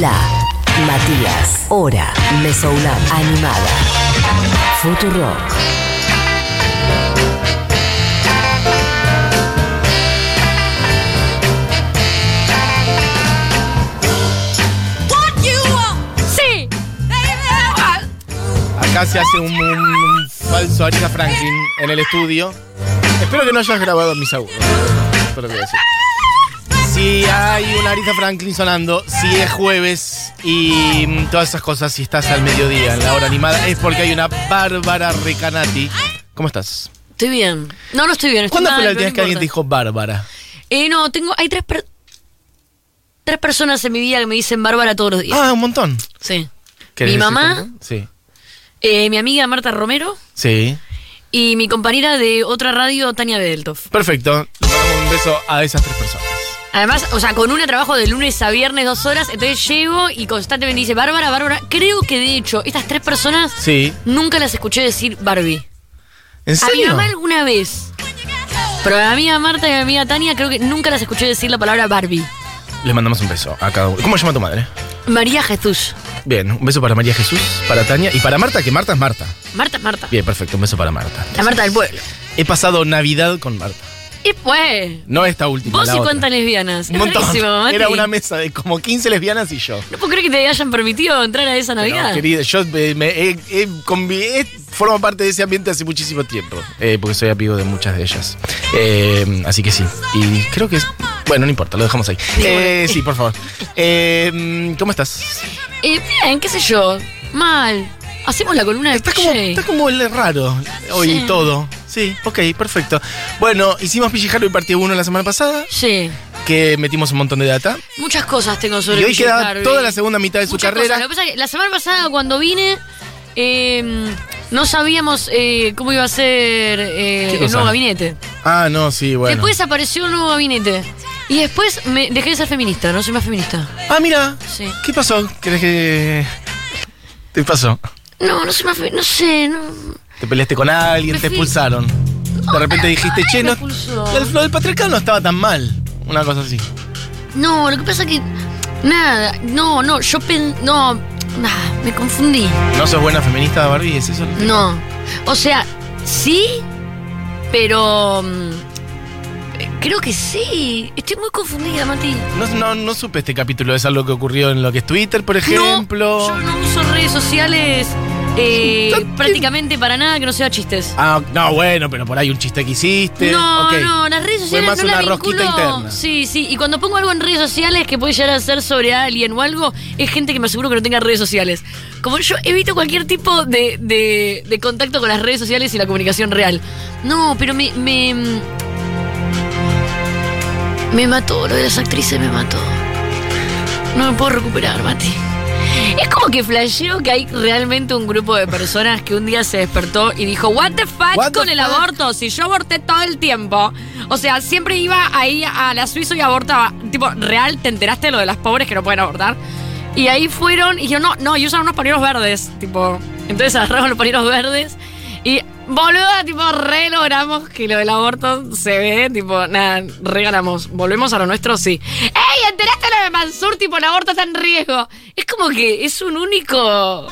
La Matías. Hora. Mesoulab. Animada. Futurock. Sí. Acá se hace un, un- un falso Arisa Franklin en el estudio. Espero que no hayas grabado mis agudos. Esto es lo que voy a decir. Si hay una Arisa Franklin sonando, si es jueves y mm, todas esas cosas, si estás al mediodía en la hora animada, es porque hay una Bárbara Recanati. ¿Cómo estás? Estoy bien. No, no estoy bien. Estoy ¿Cuándo fue mal, la pero última vez que alguien no te dijo Bárbara? importa. Eh, no, tengo. Hay tres, per- tres personas en mi vida que me dicen Bárbara todos los días. Ah, un montón. Sí. ¿Querés decir Mi mamá, cómo? Sí. eh, mi amiga Marta Romero Sí. y mi compañera de otra radio, Tania Bedeltov. Perfecto. Le damos un beso a esas tres personas. Además, o sea, con una trabajo de lunes a viernes dos horas, entonces llego y constantemente dice Bárbara, Bárbara. Creo que de hecho, estas tres personas Sí. nunca las escuché decir Barbie. ¿En A mi serio? mamá alguna vez. Pero a mi amiga Marta y a mi amiga Tania creo que nunca las escuché decir la palabra Barbie. Les mandamos un beso a cada uno. ¿Cómo se llama tu madre? María Jesús. Bien, un beso para María Jesús, para Tania y para Marta, que Marta es Marta. Marta, Marta. Bien, perfecto, un beso para Marta. La Marta del pueblo. He pasado Navidad con Marta. Y pues, No esta última. vos la y otra. cuántas lesbianas. Un Es montón. rarísimo, Mati. Era una mesa de como 15 lesbianas y yo. No puedo creer que te hayan permitido entrar a esa Pero, Navidad. querida, yo eh, me, he- he convi- he- formo parte de ese ambiente hace muchísimo tiempo, eh, porque soy amigo de muchas de ellas. Eh, así que sí, y creo que es... Bueno, no importa, lo dejamos ahí. Eh, sí, por favor. Eh, ¿Cómo estás? Eh, bien, qué sé yo. Mal. Hacemos la columna de Está como, Pille. está como el raro hoy Sí. todo. Sí, ok, perfecto. Bueno, hicimos Pijijaro y partido 1 la semana pasada, Sí. que metimos un montón de data. Muchas cosas tengo sobre Y hoy Pille queda Harvey. toda la segunda mitad de su Muchas carrera. cosas. Lo que pasa es que la semana pasada cuando vine, eh, no sabíamos eh, cómo iba a ser eh, ¿Qué el cosa? nuevo gabinete. Ah, no, sí, bueno. Después apareció un nuevo gabinete. Y después me dejé de ser feminista, no soy más feminista. Ah, mira. Sí. ¿Qué pasó? ¿Crees que.? ¿Te pasó? No, no soy más feminista, no sé, no. ¿Te peleaste con alguien? ¿Te Prefi- expulsaron? De repente dijiste, che, Ah, me no. expulsó. El, lo del patriarcado no estaba tan mal. Una cosa así. No, lo que pasa que. Nada, no, no, yo pen. No, nah, me confundí. ¿No sos buena feminista, Barbie? ¿Es eso? No. O sea, sí, pero. mm, eh, Creo que sí. Estoy muy confundida, Mati. No, no, no supe este capítulo. Es algo que ocurrió en lo que es Twitter, por ejemplo. No, yo no uso redes sociales eh, Yo te- prácticamente para nada que no sea chistes. Ah, no, bueno, pero por ahí un chiste que hiciste. No, este, Ok. no, las redes sociales más no una las rosquita vinculo. interna. Sí, sí, y cuando pongo algo en redes sociales que puede llegar a ser sobre alguien o algo, es gente que me aseguro que no tenga redes sociales. Como yo evito cualquier tipo de, de- de contacto con las redes sociales y la comunicación real. No, pero me, me. Me mató, lo de las actrices me mató. No me puedo recuperar, Mati. Es como que flasheo que hay realmente un grupo de personas que un día se despertó y dijo, ¿What the fuck What the con el fuck? aborto? Si yo aborté todo el tiempo. O sea, siempre iba ahí a la Suiza y abortaba. Tipo, real, ¿te enteraste de lo de las pobres que no pueden abortar? Y ahí fueron y dijeron, no, no, y usaron unos pañuelos verdes. Tipo, entonces agarraron los pañuelos verdes y, boluda, tipo, re logramos que lo del aborto se ve. Tipo, nada, regalamos. Volvemos a lo nuestro, sí. ¡Ey, enteraste lo de Mansur? Tipo, el aborto está en riesgo. Es como que es un único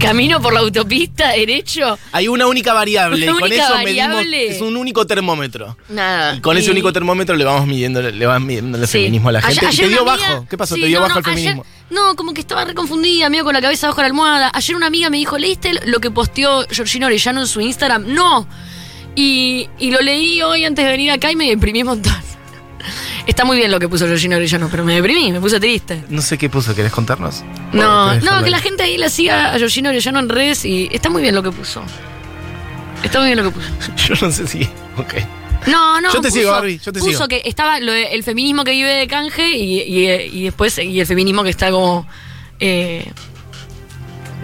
camino por la autopista derecho. Hay una única variable Una y con única eso variable. medimos. Es un único termómetro. Nada. Y con ese Y- único termómetro le vamos midiendo, le vas midiendo el Sí. feminismo a la Ayer- gente. ayer y te dio una amiga- bajo. ¿Qué pasó? Sí, te dio no, bajo no, el ayer- feminismo. no, como que estaba reconfundida, medio con la cabeza bajo la almohada. Ayer una amiga me dijo, ¿leíste lo que posteó Georgina Orellano en su Instagram? No. Y, y lo leí hoy antes de venir acá y me deprimí un montón. Está muy bien lo que puso Georgina Orellano, pero me deprimí, me puse triste. No sé qué puso, ¿querés contarnos? No, Podés no, dejarlo que la ahí. gente ahí la siga a Georgina Orellano en redes y está muy bien lo que puso. Está muy bien lo que puso. Yo no sé si. Ok. No, no. Yo te puso- sigo, Barbie, yo te puso sigo. que estaba lo de- el feminismo que vive de canje y, y- y después y el feminismo que está como. eh,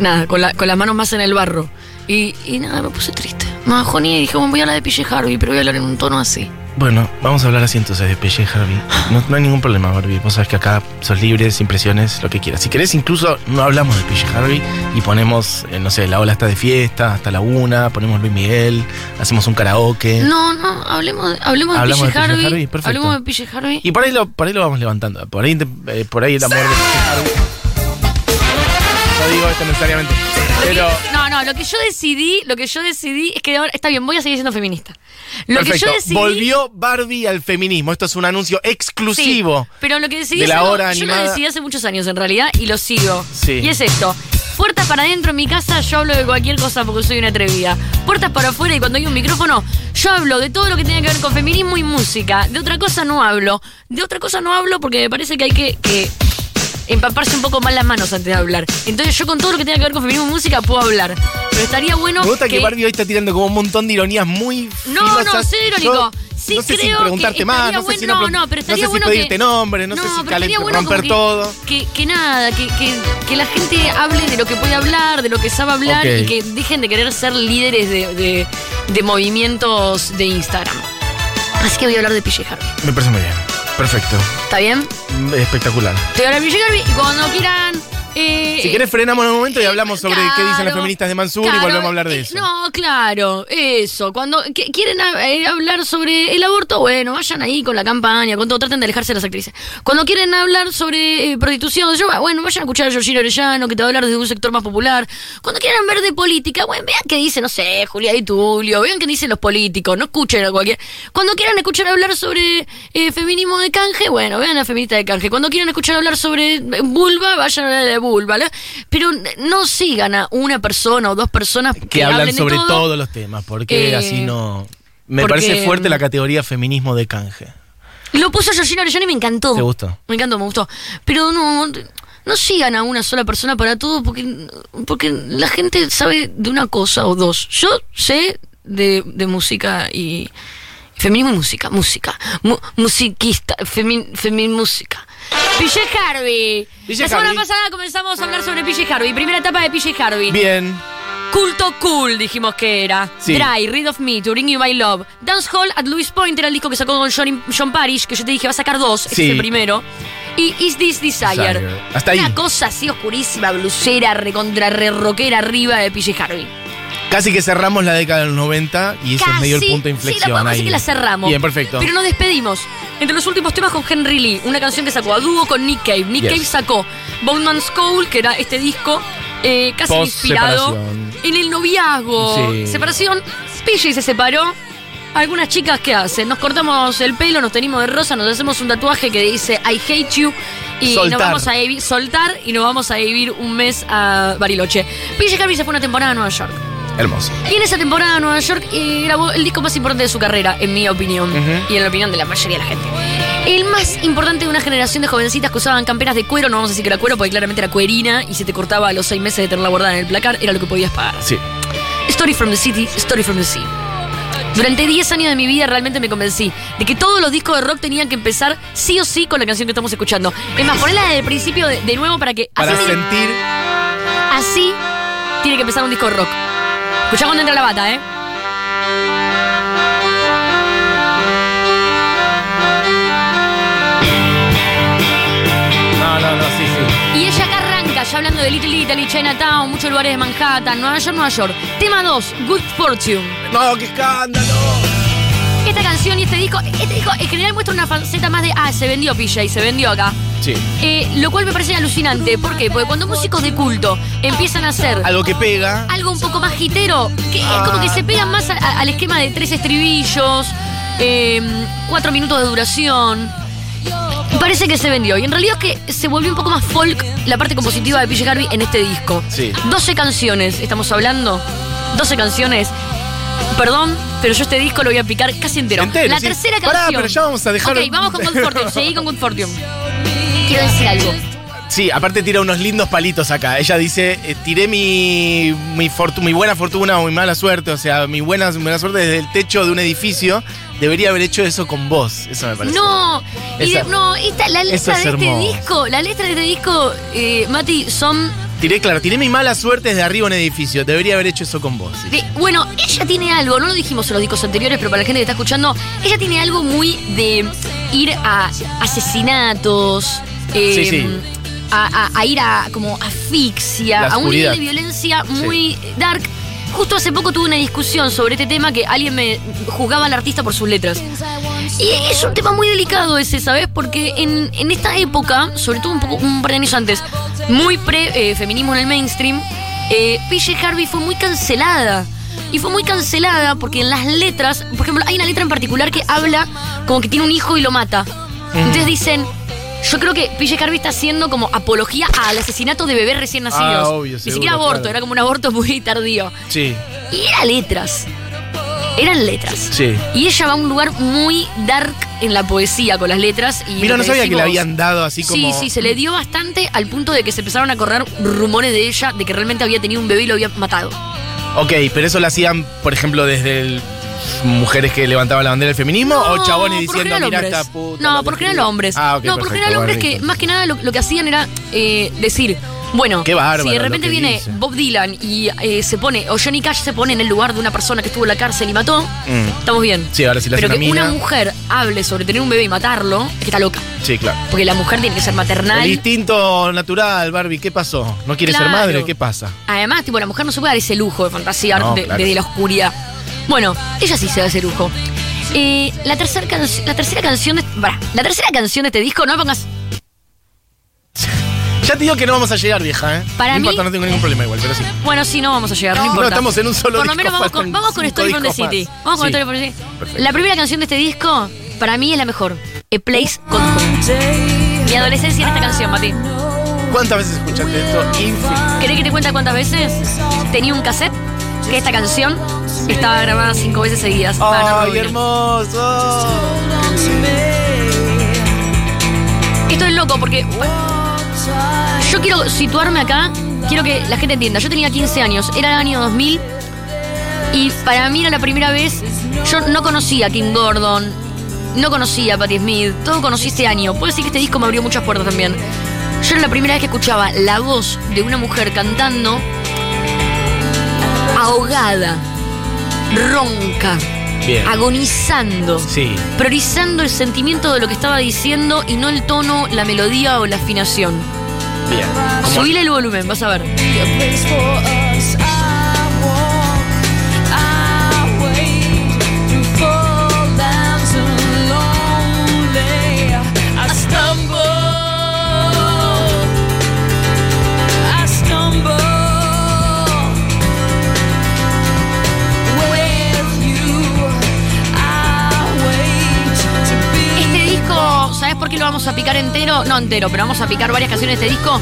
nada, con, la- con las manos más en el barro. Y, y nada, me puse triste. Me bajó ni y dije, bueno, voy a hablar de PJ Harvey, pero voy a hablar en un tono así. Bueno, vamos a hablar así entonces de PJ Harvey. No, no hay ningún problema, Barbie. Vos sabés que acá sos libre, sin presiones, lo que quieras. Si querés, incluso no hablamos de PJ Harvey y ponemos, eh, no sé, la ola está de fiesta, hasta la una, ponemos Luis Miguel, hacemos un karaoke. No, no, hablemos, hablemos, Hablamos de de PJ PJ Harvey. Harvey, perfecto. Hablemos de PJ Harvey. Y por ahí, lo, por ahí lo vamos levantando. Por ahí, te- eh, por ahí el amor de PJ Harvey. No digo esto necesariamente. Pero. No, no, lo que yo decidí, lo que yo decidí es que de ahora está bien, voy a seguir siendo feminista. Lo que Perfecto. yo decidí Volvió Barbie al feminismo. Esto es un anuncio Sí, exclusivo. pero lo que decidí de la yo lo- hora yo lo animada. decidí hace muchos años en realidad y lo sigo. Sí. Y es esto. Puertas para adentro en mi casa, yo hablo de cualquier cosa porque soy una atrevida. Puertas para afuera y cuando hay un micrófono, yo hablo de todo lo que tenga que ver con feminismo y música. De otra cosa no hablo. De otra cosa no hablo porque me parece que hay que, que empaparse un poco más las manos antes de hablar. Entonces yo con todo lo que tenga que ver con feminismo y música puedo hablar. Pero estaría bueno Me gusta que, que Barbie hoy está tirando como un montón de ironías muy no, no, filosas. sé, Yo irónico. Sí no sé creo si preguntarte que más, estaría no sé bueno- si no, no, pre- no, pero sé estaría si bueno pedirte que- nombres, no, sé si pero estaría calen- bueno romper como que- todo. Que, que nada, que, que- que la gente hable de lo que puede hablar, de lo que sabe hablar Ok. y que dejen de querer ser líderes de, de- de movimientos de Instagram. Así que voy a hablar de PJ Harvey. Me parece muy bien. Perfecto. ¿Está bien? Mm, Espectacular. Te voy a hablar de PJ Harvey y cuando quieran. eh, Si querés frenamos en un momento y hablamos sobre qué dicen las Claro, feministas de Mansur y claro, volvemos a hablar de eh, eso. No, claro, eso. Cuando que- quieren eh, hablar sobre el aborto, bueno, vayan ahí con la campaña, con todo, traten de alejarse de las actrices. Cuando quieren hablar sobre eh, prostitución, yo, bueno, vayan a escuchar a Georgina Orellano, que te va a hablar desde un sector más popular. Cuando quieran ver de política, bueno, vean qué dice, no sé, Julia y Tulio, vean qué dicen los políticos, no escuchen a cualquier. Cuando quieran escuchar hablar sobre eh, feminismo de canje, bueno, vean a feminista de canje. Cuando quieran escuchar hablar sobre eh, vulva, vayan a hablar de vulva. ¿la? Pero no sigan a una persona o dos personas que, que hablan hablen de sobre todo. todos los temas, porque Eh, así no... Me porque- parece fuerte la categoría feminismo de canje. Lo puso Georgina Orellana y me encantó. ¿Te gustó? Me encantó, me gustó. Pero no, no sigan a una sola persona para todo porque, porque la gente sabe de una cosa o dos. Yo sé de, de música y. Feminismo y música, música. mu- musiquista, femin, femin música. PJ Harvey. PJ la semana Harvey. pasada comenzamos a hablar sobre PJ Harvey. Primera etapa de PJ Harvey. Bien. Culto Cool, dijimos que era. Sí. Dry, Read of Me, To Bring You My Love. Dance Hall at Louis Point era el disco que sacó con John, John Parrish, que yo te dije va a sacar dos, este Sí. es el primero. Y Is This Desire. Desire. Hasta ahí. Una cosa así oscurísima, blusera, recontra, re rockera arriba de PJ Harvey. Casi que cerramos la década de los 90 y eso es medio el punto de Sí, la inflexión podemos ahí. decir que la cerramos. Bien, perfecto. Pero nos despedimos. Entre los últimos temas con Henry Lee, una canción que sacó a dúo con Nick Cave. Nick Yes. Cave sacó Bowman's Cowl, que era este disco eh, casi Post inspirado separación. en el noviazgo. Sí. Separación. PJ se separó. Algunas chicas, ¿qué hacen? Nos cortamos el pelo, nos tenemos de rosa, nos hacemos un tatuaje que dice I hate you y nos Soltar. vamos a vivir- soltar y nos vamos a vivir un mes a Bariloche. PJ Harvey se fue una temporada a Nueva York. Hermoso. Y en esa temporada Nueva York eh, grabó el disco más importante de su carrera, en mi opinión, Ujú. y en la opinión de la mayoría de la gente. El más importante de una generación de jovencitas que usaban camperas de cuero, no vamos a decir que era cuero, porque claramente era cuerina y se te cortaba a los seis meses de tenerla guardada en el placar, era lo que podías pagar. Sí. Story from the City, Story from the Sea. Durante 10 años de mi vida realmente me convencí de que todos los discos de rock tenían que empezar sí o sí con la canción que estamos escuchando. Es más, ponela desde el principio de, de nuevo para que... Para así, tiene- sentir así tiene que empezar un disco de rock. Escuchá cuando entra la bata, ¿eh? No, no, no, sí, sí. Y ella acá arranca, ya hablando de Little Italy, Chinatown, muchos lugares de Manhattan, Nueva York, Nueva York. Tema 2, Good Fortune. No, qué escándalo. Esta canción y este disco, este disco en general muestra una faceta más de, ah, se vendió PJ, se vendió acá. Sí. Eh, lo cual me parece alucinante. ¿Por qué? Porque cuando músicos de culto empiezan a hacer Algo que pega. algo un poco más gitero, que es como que se pegan más a- a- al esquema de tres estribillos, eh, cuatro minutos de duración. Parece que se vendió. Y en realidad es que se volvió un poco más folk la parte compositiva de PJ Harvey en este disco. Sí. 12 canciones, estamos hablando. 12 canciones. Perdón, pero yo este disco lo voy a picar casi entero. Entero, la sí. tercera Pará, canción. pero ya vamos a dejar- Ok, vamos con Good Fortune. Seguí con Good Fortune. Quiero decir algo. Sí, aparte tira unos lindos palitos acá. Ella dice, eh, tiré mi, mi, fortu- mi buena fortuna o mi mala suerte, o sea, mi buena, mi buena suerte desde el techo de un edificio. Debería haber hecho eso con vos. Eso me parece. No, y de- Esa- no, esta- la letra eso es de este hermoso. disco, la letra de este disco, eh, Mati, son Tiré, claro, tiré mi mala suerte desde arriba en edificio. Debería haber hecho eso con vos. sí. De- bueno, ella tiene algo, no lo dijimos en los discos anteriores, pero para la gente que está escuchando, ella tiene algo muy de ir a asesinatos, eh, Sí, sí. A, a- a ir a como asfixia, La a un nivel oscuridad. de violencia muy dark. Justo hace poco tuve una discusión sobre este tema que alguien me juzgaba al artista por sus letras. Y es un tema muy delicado ese, ¿sabes? Porque en, en esta época, sobre todo un, poco, un par de años antes, muy pre-feminismo en el mainstream, eh, PJ Harvey fue muy cancelada. Y fue muy cancelada porque en las letras, por ejemplo, hay una letra en particular que habla como que tiene un hijo y lo mata. Entonces dicen, yo creo que PJ Harvey está haciendo como apología al asesinato de bebés recién Ah, nacidos. obvio, Ni seguro, siquiera aborto, claro. era como un aborto muy tardío. Sí, Y eran letras. Eran letras. sí. Y ella va a un lugar muy dark en la poesía con las letras. Y Mira, lo no sabía que decís le vos. habían dado así como. Sí, sí, se le dio bastante al punto de que se empezaron a correr rumores de ella de que realmente había tenido un bebé y lo había matado. Ok, pero eso lo hacían, por ejemplo, desde el- mujeres que levantaban la bandera del feminismo o chabones por diciendo, general mira hombres. esta puta. la No, por consigue". general hombres. Ah, ok. no, por perfecto, general hombres bueno, que listo. más que nada lo, lo que hacían era eh, decir, bueno, Qué bárbaro si de repente lo que viene dice. Bob Dylan y eh, se pone, o Johnny Cash se pone en el lugar de una persona que estuvo en la cárcel y mató, Mm. estamos bien. Sí, ahora si la hace Pero una que mina. una mujer hable sobre tener un bebé y matarlo, es que está loca. Sí, claro. Porque la mujer tiene que ser maternal. El instinto natural, Barbie, ¿qué pasó? ¿No quiere Claro. ser madre? ¿Qué pasa? Además, tipo, la mujer no se puede dar ese lujo de fantasía No, de- claro. desde la oscuridad. Bueno, ella sí se da ese lujo. Eh, la, tercer canc- la tercera canción de. pará, la tercera canción de este disco, no pongas. Ya te digo que no vamos a llegar, vieja, ¿eh? Para no mí- importa, no tengo ningún problema igual, pero sí. Bueno, sí, no vamos a llegar, no, No, importa. estamos en un solo Por lo disco, menos vamos con, faltan vamos con cinco Story from the discos City. más. Vamos con Sí. Story from the City. Perfecto. La primera canción de este disco, para mí, es la mejor. A Place Called Home. Mi adolescencia en esta canción, Mati. ¿Cuántas veces escuchaste esto? Infin- ¿Querés que te cuente cuántas veces? Tenía un cassette que esta canción estaba grabada cinco veces seguidas. Ah, no, ¡Ay, Rubio. hermoso! Esto es loco porque yo quiero situarme acá, quiero que la gente entienda. Yo tenía 15 años, era el año 2000 y para mí era la primera vez, yo no conocía a Kim Gordon, no conocía a Patti Smith, todo conocí este año. Puedo decir que este disco me abrió muchas puertas también. Yo era la primera vez que escuchaba la voz de una mujer cantando ahogada, ronca, Bien. agonizando Sí. priorizando el sentimiento de lo que estaba diciendo y no el tono, la melodía o la afinación. Bien. Como- Subile el volumen, vas a ver. Este disco, ¿sabes por qué lo vamos a picar entero? No entero, pero vamos a picar varias canciones de este disco.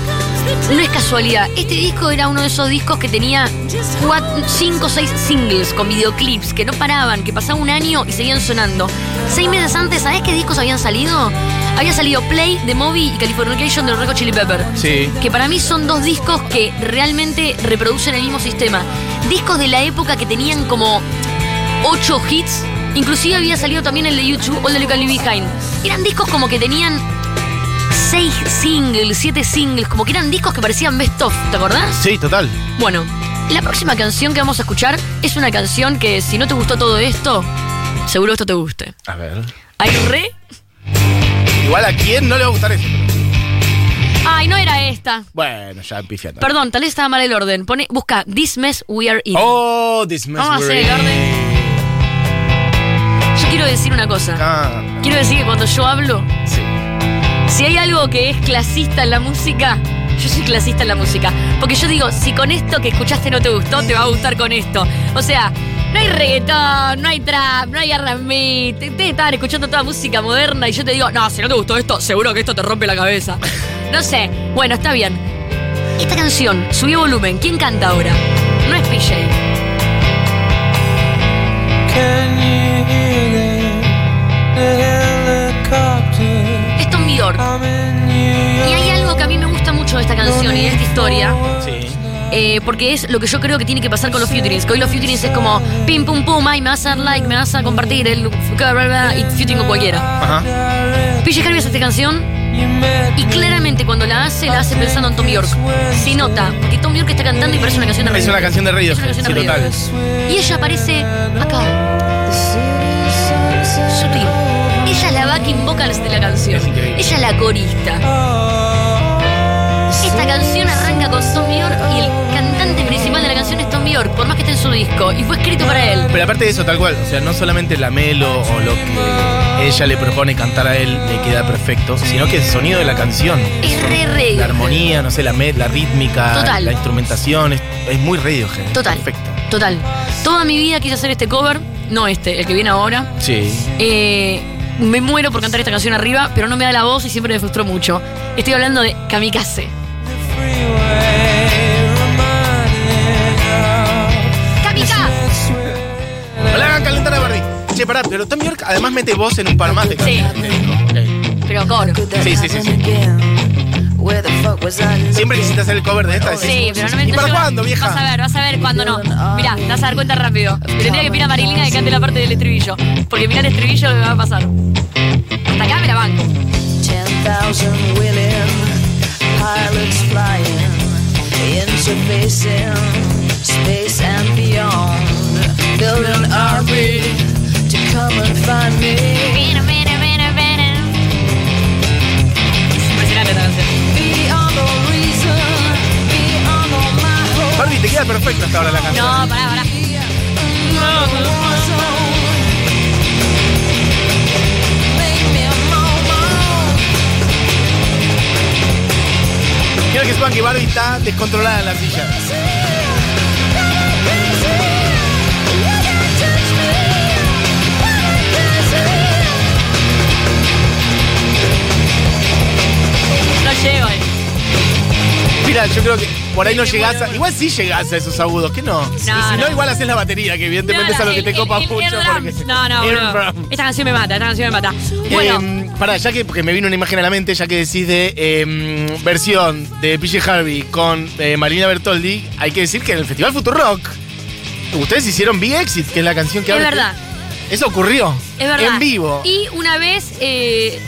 No es casualidad. Este disco era uno de esos discos que tenía 5 o 6 singles con videoclips que no paraban, que pasaba un año y seguían sonando. Seis meses antes, ¿sabes qué discos habían salido? Había salido Play de Moby y Californication de Reco Chili Pepper. Sí. Que para mí son dos discos que realmente reproducen el mismo sistema. Discos de la época que tenían como ocho hits. Inclusive había salido también el de YouTube, All the Local Leave Behind. Eran discos como que tenían seis singles, siete singles, como que eran discos que parecían best of, ¿te acordás? Sí, total. Bueno, la próxima canción que vamos a escuchar es una canción que si no te gustó todo esto, seguro esto te guste. A ver. Ay, re. Igual a quién no le va a gustar eso. Ay, no era esta. Bueno, ya pifiando. Perdón, tal vez estaba mal el orden. Pone, busca This Mess We Are In. Oh, this mess Vamos a we're hacer el in. orden. Yo quiero decir una cosa. Ah, Quiero decir que cuando yo hablo, sí. si hay algo que es clasista en la música, yo soy clasista en la música. Porque yo digo, si con esto que escuchaste no te gustó, te va a gustar con esto. O sea, no hay reggaetón, no hay trap, no hay R&B. Te- Ustedes estaban escuchando toda música moderna y yo te digo, no, si no te gustó esto, seguro que esto te rompe la cabeza. No sé. Bueno, está bien. Esta canción, subí volumen. ¿Quién canta ahora? No es PJ. Esto es Midor. Y hay algo que a mí me gusta mucho de esta canción y de esta historia. Sí. eh, porque es lo que yo creo que tiene que pasar con los futurings. Que hoy los futurings es como pim pum pum, ay, me vas a dar like, me vas a compartir el bla, bla, bla, y futuring con cualquiera. Ajá. PJ Harvey hace esta canción Y claramente cuando la hace, la hace pensando en Tom York. Se nota, porque Tom York está cantando y parece una canción de Es Radiohead. una canción de Es una Radiohead, canción sí, de total. Radiohead. Y ella aparece acá. Sutil. Ella es la backing vocals de la canción. Es increíble. Ella es la corista. Esta canción arranca con Tom York y el cantante principal de la canción es Tom York, por más que esté en su disco. Y fue escrito para él. Pero aparte de eso, tal cual, o sea, no solamente la melo o lo que ella le propone cantar a él le queda perfecto, sino que el sonido de la canción, Es re Radiohead. la armonía, no sé, la, me- la rítmica, Total. la instrumentación, es, es muy Radiohead. es Total. Perfecto. Total. Toda mi vida quise hacer este cover. No este, el que viene ahora. Sí. Eh, me muero por cantar esta canción arriba, pero no me da la voz y siempre me frustró mucho. Estoy hablando de Kamikaze. ¡Kamikaze! No le hagan calentar a Barbie. Che, pará, pero Tom York además mete voz en un par más de Sí. canciones. Ok. Pero coro. Sí, sí, sí, sí. Siempre quisiste hacer el cover de esta. decís, Sí, pero no me ¿Y para no- cuándo, vieja? Vas a ver, vas a ver cuándo no. Mirá, te vas a dar cuenta rápido. Tendría que pedir a Marilina que cante la parte del estribillo. Porque mirá el estribillo lo que va a pasar. Hasta acá me la banco. Mira, mira, mira, mira. Es impresionante esta canción. Barbie, te queda perfecta hasta ahora la canción. No, pará, pará. Quiero que sepan que Barbie está descontrolada en la silla. No llego. eh. Mira, yo creo que por ahí no llegás a... Igual sí llegás a esos agudos, ¿qué no? y si no, no. igual haces la batería, que evidentemente es a lo No, que te el- copa el- el mucho. Air Drums. porque- No, no, Air bro. Drums. Esta canción me mata, esta canción me mata. Bueno, Em, pará, ya que porque me vino una imagen a la mente, ya que decís de em, versión de PJ Harvey con eh, Marina Bertoldi, hay que decir que en el Festival Futuro Rock ustedes hicieron Big Exit, que es la canción que es abre- verdad, Eso ocurrió. es verdad. En vivo. Y una vez. eh,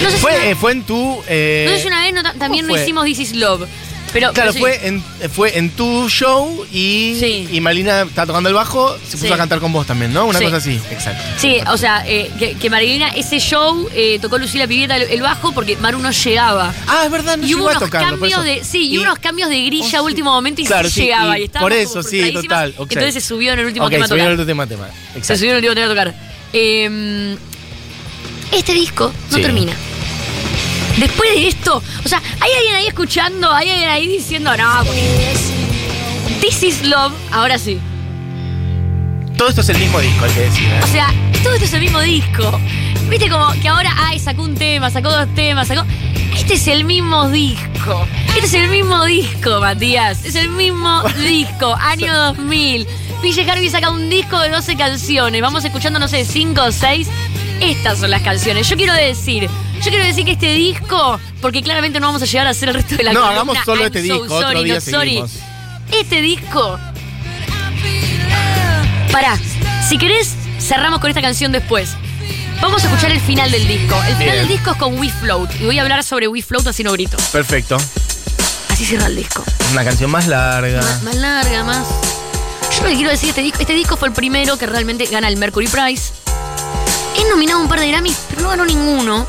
no sé si una- Fue, eh, fue en tu. eh, no sé si una vez no ta- también no fue? hicimos This Is Love. Pero, Claro, pero sí. fue, en, fue en tu show y, Sí. y Malina está tocando el bajo, se puso Sí. a cantar con vos también, ¿no? Una Sí. cosa así. Exacto. Sí, o sea, eh, que, que Marilina, ese show eh, tocó Lucila Pivieta el, el bajo porque Maru no llegaba. Ah, es verdad, no Y llegó hubo a unos tocarlo, por cambios eso. de. Sí, y, Y- unos cambios de grilla a Oh, sí. último momento y Claro, sí sí, llegaba. y Y, por estábamos eso, como sí, frustradísimas. total, ok. Entonces se subió en el último Ok, tema a subieron tocar. el tema, tema. Se Exacto. subió en el último tema a tocar. Eh, este disco no Sí. termina. Después de esto, o sea, hay alguien ahí escuchando, hay alguien ahí diciendo, no, porque This is love, ahora sí. Todo esto es el mismo disco, hay que decir. ¿eh? O sea, todo esto es el mismo disco. Viste como que ahora, ay, sacó un tema, sacó dos temas, sacó. Este es el mismo disco. Este es el mismo disco, Matías. Es el mismo disco, año 2000. PJ Harvey saca un disco de 12 canciones. Vamos escuchando, no sé, 5 o 6. Estas son las canciones. Yo quiero decir, yo quiero decir que este disco, porque claramente no vamos a llegar a hacer el resto de la No, columna, hagamos solo I'm este so disco, otro sorry, día not sorry. seguimos. Este disco. Pará, si querés, cerramos con esta canción después. Vamos a escuchar el final del disco. El final Bien. del disco es con We Float. Y voy a hablar sobre We Float así no grito. Perfecto. Así cierra el disco. Una canción más larga. Más, más larga, más. Yo lo que quiero decir, este disco, este disco fue el primero que realmente gana el Mercury Prize. Es nominado a un par de Grammys, pero no ganó ninguno.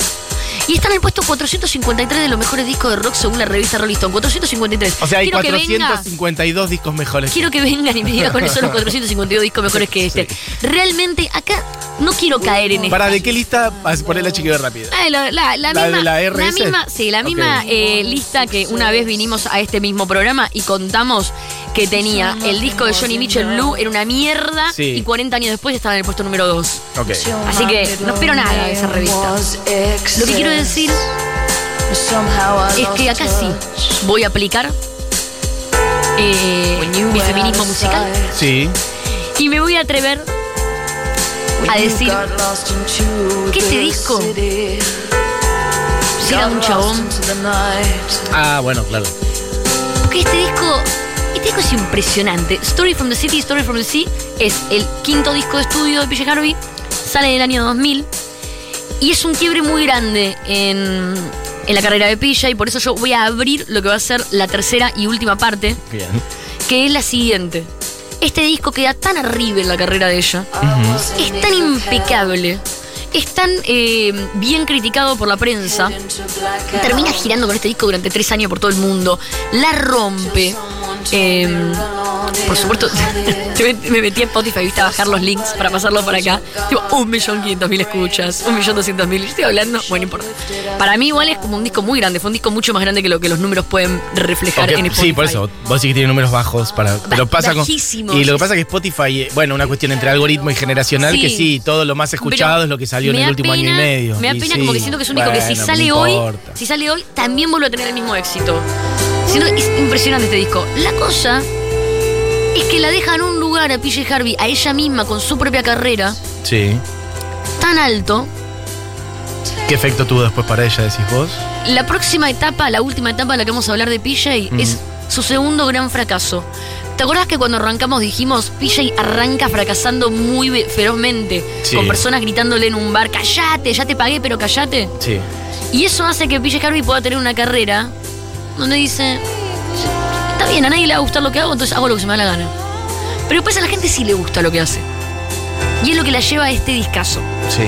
Y está en el puesto 453 de los mejores discos de rock según la revista Rolling Stone. 453. O sea, hay Quiero que venga- 452 discos mejores. Quiero que vengan y me digan cuáles son los 452 discos mejores que este. Realmente, acá no quiero caer en esto. ¿Para de qué lista? Vas a poner la chiquita rápida. Ah, la, la- la ¿La de misma, la RS? misma, sí, la misma Ok. eh, lista que una vez vinimos a este mismo programa y contamos que tenía el disco de Johnny Mitchell Blue era una mierda Sí. y 40 años después estaba en el puesto número 2. Ok. Así que no espero nada de esa revista. Lo que quiero decir es que acá sí voy a aplicar eh, mi feminismo musical Sí. y me voy a atrever a decir que este disco era de un chabón Ah, bueno, claro. Porque este disco, este disco es impresionante. Story from the City, Story from the Sea es el quinto disco de estudio de PJ Harvey. Sale en el año 2000. Y es un quiebre muy grande en, en la carrera de Pilla y por eso yo voy a abrir lo que va a ser la tercera y última parte, Bien. que es la siguiente. Este disco queda tan arriba en la carrera de ella, es tan impecable, es tan eh, bien criticado por la prensa, termina girando con este disco durante tres años por todo el mundo, la rompe. eh, por supuesto, yo me- me metí a Spotify ¿viste? a bajar los links para pasarlo por acá. Tipo, un millón quinientos mil escuchas, un millón doscientos mil. Estoy hablando, bueno, no importa. Para mí igual es como un disco muy grande, fue un disco mucho más grande que lo que los números pueden reflejar Ok, en Spotify. sí, por eso. Vos sí que tiene números bajos para. Pero pasa con, bajísimos. y lo que pasa es que Spotify, eh, bueno, una cuestión entre algoritmo y generacional, Sí. que sí, todo lo más escuchado Pero es lo que salió en me el da último año y pena- medio. Me da Y pena sí, como que siento que es un disco que si bueno, no sale hoy, importa. si sale hoy, también vuelve a tener el mismo éxito. Siento que es impresionante este disco. La cosa es que la deja en un lugar a PJ Harvey, a ella misma, con su propia carrera, Sí. tan alto. ¿Qué efecto tuvo después para ella, decís vos? La próxima etapa, la última etapa de la que vamos a hablar de PJ, es su segundo gran fracaso. ¿Te acordás que cuando arrancamos dijimos, PJ arranca fracasando muy ve- ferozmente, Sí. con personas gritándole en un bar, callate, ya te pagué, pero callate? Sí. Y eso hace que PJ Harvey pueda tener una carrera donde dice, está bien, a nadie le va a gustar lo que hago, entonces hago lo que se me da la gana. Pero después a la gente sí le gusta lo que hace. Y es lo que la lleva a este discazo. Sí.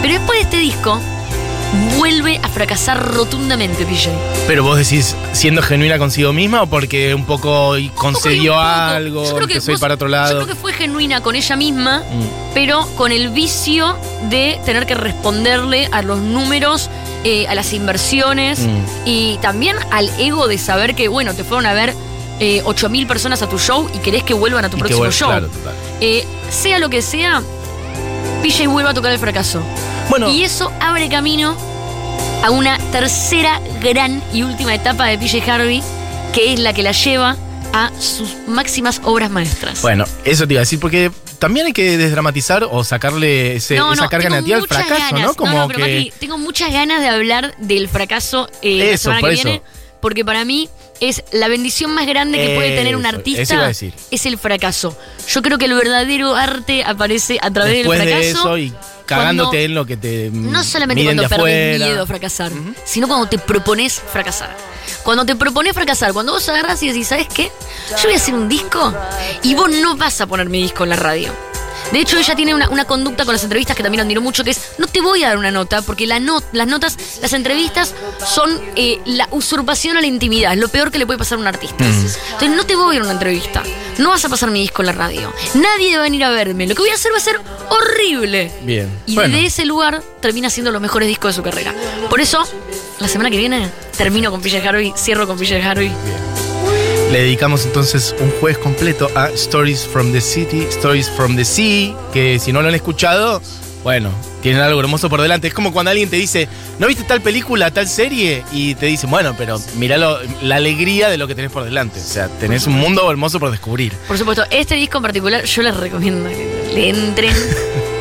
Pero después de este disco, vuelve a fracasar rotundamente PJ. Pero vos decís, siendo genuina consigo misma o porque un poco y concedió Yo creo que un poco. algo, Yo creo que empezó a ir vos- para otro Yo lado. creo que fue genuina con ella misma, Mm. pero con el vicio de tener que responderle a los números, eh, a las inversiones Mm. y también al ego de saber que, bueno, te fueron a ver eh, 8.000 personas a tu show y querés que vuelvan a tu Y que próximo bueno, show. claro, total. Eh, sea lo que sea, PJ vuelve a tocar el fracaso. Bueno, Y eso abre camino a una tercera gran y última etapa de PJ Harvey, que es la que la lleva a sus máximas obras maestras. bueno, eso te iba a decir, porque también hay que desdramatizar o sacarle ese- No, esa no, carga tengo negativa al muchas fracaso, ganas. ¿no? Como pero que. Mati, tengo muchas ganas de hablar del fracaso eh, la Eso, semana por que eso. viene, porque para mí es la bendición más grande que puede tener un Eso, eso iba a artista decir. es el fracaso. Yo creo que el verdadero arte aparece a través después del de fracaso. eso y cagándote cuando- en lo que te mm, No solamente miden cuando de perdés afuera. miedo a fracasar, sino cuando te propones fracasar. Cuando te propones fracasar, cuando vos agarras y decís, ¿sabes qué? Yo voy a hacer un disco y vos no vas a poner mi disco en la radio. De hecho, ella tiene una, una conducta con las entrevistas que también admiro mucho, que es no te voy a dar una nota, porque la no- las notas, las entrevistas son eh, la usurpación a la intimidad, es lo peor que le puede pasar a un artista. Mm. Entonces no te voy a dar una entrevista, no vas a pasar mi disco en la radio, nadie va a venir a verme, lo que voy a hacer va a ser horrible. Bien. Y Bueno. de ese lugar termina siendo los mejores discos de su carrera. Por eso, la semana que viene termino con PJ Harvey, cierro con PJ Harvey. Le dedicamos entonces un jueves completo a Stories from the City, Stories from the Sea, que si no lo han escuchado, bueno, tienen algo hermoso por delante. Es como cuando alguien te dice, ¿no viste tal película, tal serie? Y te dicen, bueno, pero mirá lo- la alegría de lo que tenés por delante. O sea, tenés un mundo hermoso por descubrir. Por supuesto, este disco en particular yo les recomiendo que le entren,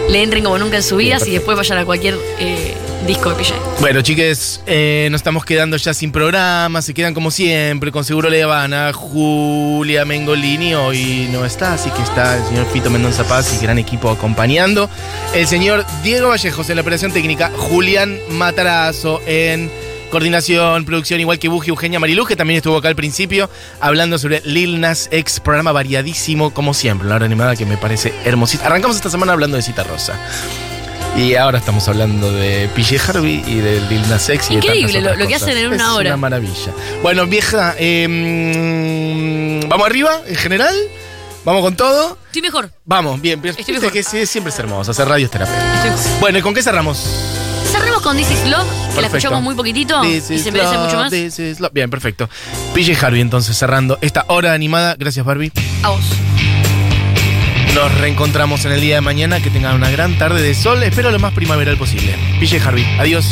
le entren como nunca en su vida y después vayan a cualquier eh, disco de PJ. Bueno, chiques, eh, nos estamos quedando ya sin programa, se quedan como siempre con Seguro Le Habana. Julia Mengolini hoy no está, así que está el señor Fito Mendoza Paz y gran equipo acompañando. El señor Diego Vallejos en la operación técnica, Julián Matarazo en coordinación, producción, igual que Buji Eugenia Mariluz, que también estuvo acá al principio, hablando sobre Lil Nas X, programa variadísimo, como siempre, la hora animada que me parece hermosísima. Arrancamos esta semana hablando de Cita Rosa. Y ahora estamos hablando de PJ Harvey y de Lil Nas X. y de Increíble tantas otras lo- lo que cosas. hacen en una Es hora. Una maravilla. Bueno, vieja, eh, mm, vamos arriba en general. Vamos con todo. Estoy mejor, Vamos, bien. pero Estoy viste mejor. que sí, siempre es hermoso hacer radio es terapia. estoy mejor. Bueno, ¿y con qué cerramos? Cerremos con This Is Love, que la Perfecto. escuchamos muy poquitito This y is se merece love, mucho más. this is love. Bien, perfecto. PJ Harvey, entonces, cerrando esta hora animada. Gracias, Barbie. A vos. Nos reencontramos en el día de mañana. Que tengan una gran tarde de sol. Espero lo más primaveral posible. PJ Harvey, adiós.